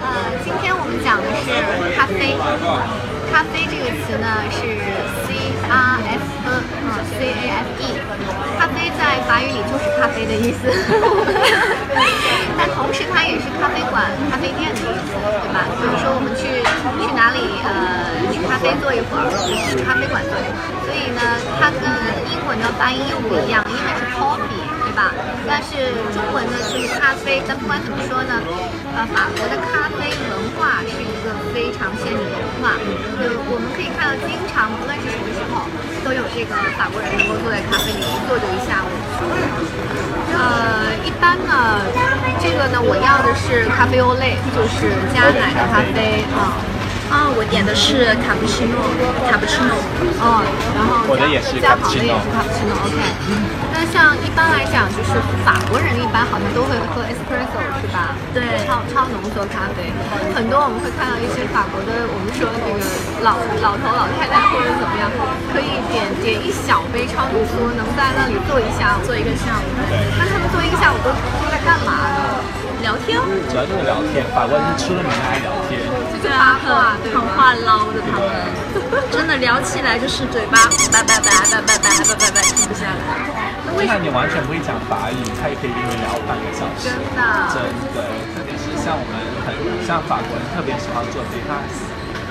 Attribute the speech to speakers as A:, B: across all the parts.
A: 呃，今天我们讲的是咖啡。咖啡这个词呢是 C R F N 啊、C A F E，咖啡在法语里就是咖啡的意思， 但同时它也是咖啡馆、咖啡店的意思，对吧？比如说我们去去哪里呃去咖啡坐一会儿，去咖啡馆坐一会儿，所以呢它跟英文的发音又不一样，英文是 coffee，对吧？但是中文呢是咖啡，但不管怎么说呢，呃，法国的咖啡文化是一个非常先进的文化。就是我们可以看到，经常无论是什么时候，都有这个法国人能够坐在咖啡里坐着一下午。呃，一般呢，这个呢，我要的是咖啡欧蕾，就是加奶的咖啡啊。
B: 啊、我点的是卡布奇诺，卡布奇诺。
A: 哦，然后
C: 我的也是
A: 加好的也
C: cappuccino
A: 是卡布奇诺，OK。那像一般来讲，就是法国人一般好像都会喝 espresso 是吧？
B: 对
A: 超超浓缩咖啡。很多我们会看到一些法国的，我们说那个老老头老太太或者怎么样，可以点点一小杯超浓缩，能在那里坐一下午。
B: 做一个下午
A: 那他们坐一个下午都都在干嘛呢？
B: 聊天，
C: 主要就是聊天，法国人是出了名的爱聊天。
B: 对
A: 啊很
B: 很很话唠的他们，真的聊起来就是嘴巴叭叭叭叭叭叭叭叭叭停不下来。那
C: 就
B: 为什
C: 算
B: 么？
C: 你完全不会讲法语，他也可以跟你聊半个小时
A: 真。的
C: 真。的，特别是像我们很像法国人特别喜欢做 d e p a s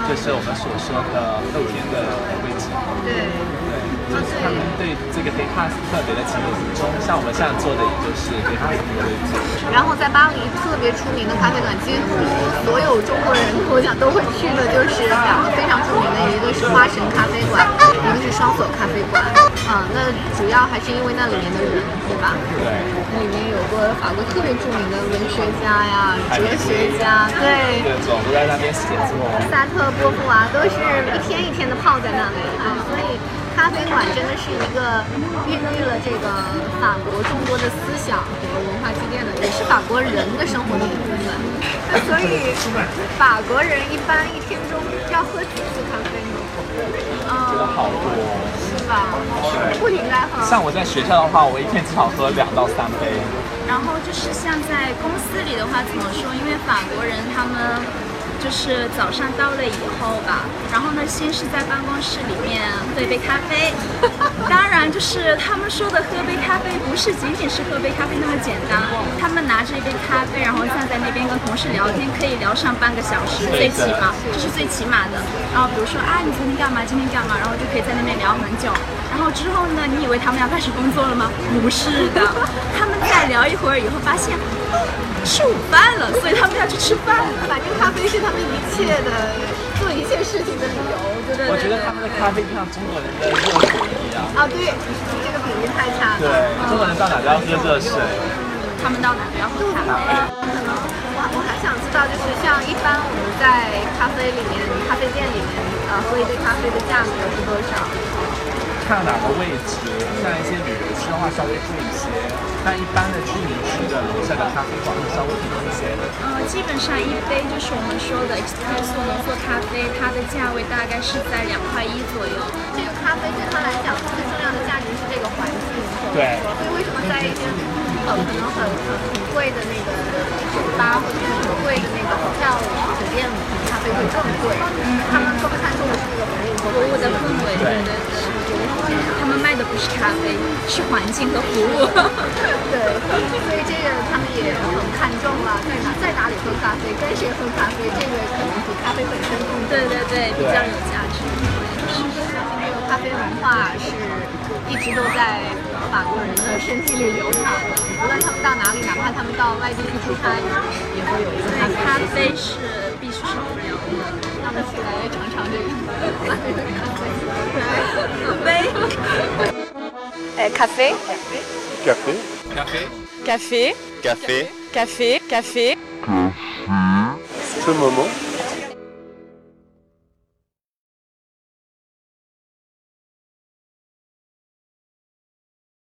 C: 就是我们所说的露天的回味节目。
A: 对，
C: 对，就是他们对这个 d e p a s 特别的情有独钟。像我们现在做的也就是 d e p a s 回味节目。
A: 然后在巴黎特别出名的咖啡馆，几乎所有中国人我想都会去的，就是两个非常著名的，一个是花神咖啡馆，一个是双锁咖啡馆。啊、那主要还是因为那里面的人，对吧？
C: 对。
A: 那里面有过法国特别著名的文学家呀、哲学家，对，
C: 各种都在那边写作。
A: 萨特、波伏娃都是一天一天的泡在那里啊，所以咖啡馆真的是一个孕育了这个法国众多的思想和文化积淀的，也是法国人的生活的一部分。那所以法国人一般一天中要喝几次咖啡呢？
C: 这个
A: 嗯，
C: 好多。
A: 是吧？不停在喝。
C: 像我在学校的话，我一天至少喝两到三杯。
B: 然后就是像在公司里的话，怎么说？因为法国人他们就是早上到了以后吧，然后呢，先是在办公室里面喝一杯咖啡。当然，就是呃他们说的喝杯咖啡，不是仅仅是喝杯咖啡那么简单。他们拿着一杯咖啡，然后站在那边跟同事聊天，可以聊上半个小时，最起码这啊是最起码的。然后比如说啊，你昨天干嘛？今天干嘛？然后就可以在那边聊很久。然后之后呢？你以为他们要开始工作了 吗？不是的，他们再聊一会儿以后，发现哦吃午饭了，所以他们要去吃饭了。
A: 反正咖啡是他们一切的做一切事情的理由，我觉得
C: 我觉得他们的咖啡就像中国人的热水一样。
A: 啊，对，这个比喻太差
C: 对
A: 了。，
C: 中国人到哪都要喝热水。
B: 他们到哪都要喝咖啡。
A: 可能我我还想知道，就是像一般我们在咖啡里面、咖啡店里面，呃，喝一杯咖啡的价格是多少？
C: 看哪个位置，像一些旅游区的话稍微贵一些，但一般的居民区的楼下的咖啡馆会稍微便宜一些。
B: 呃，基本上一杯就是我们说的 espresso 浓缩咖啡，它的价位大概是在两块一左右。
A: 这个咖啡对他来讲最重要的价值是这个环境。
C: 对
A: 所以为什么在一些呃可能很很很贵的那个酒吧或者是很贵的那个 hotel 酒店里，咖啡会更贵？他们更看重的是这个环境和
B: 服务
A: 环
B: 的
A: 境。
B: 氛围，对对对，他们卖的不是咖啡，是环境和服务。
A: 对，所以这个他们也很看重啊，在哪在哪里喝咖啡，跟谁喝咖啡，这个可能比咖啡本身更重要
B: 对对对，比较有价值。
A: 这个咖啡文化是一直都在法国人的身体里流淌的，无论他们到哪里，哪怕他们到外地去出差，也会有一个
B: 对
A: 咖啡，
B: 咖啡是必须少不了的。
A: 让他们起来尝尝这个咖啡的咖啡。
B: 杯。
A: 哎，咖啡。
D: Café.
E: Café,
D: Café.
E: café, café.
D: Ce moment